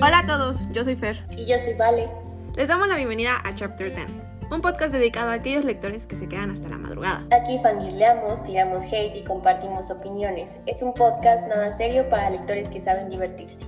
Hola a todos, yo soy Fer. Y yo soy Vale. Les damos la bienvenida a Chapter 10, un podcast dedicado a aquellos lectores que se quedan hasta la madrugada. Aquí fangirleamos, tiramos hate y compartimos opiniones. Es un podcast nada serio para lectores que saben divertirse.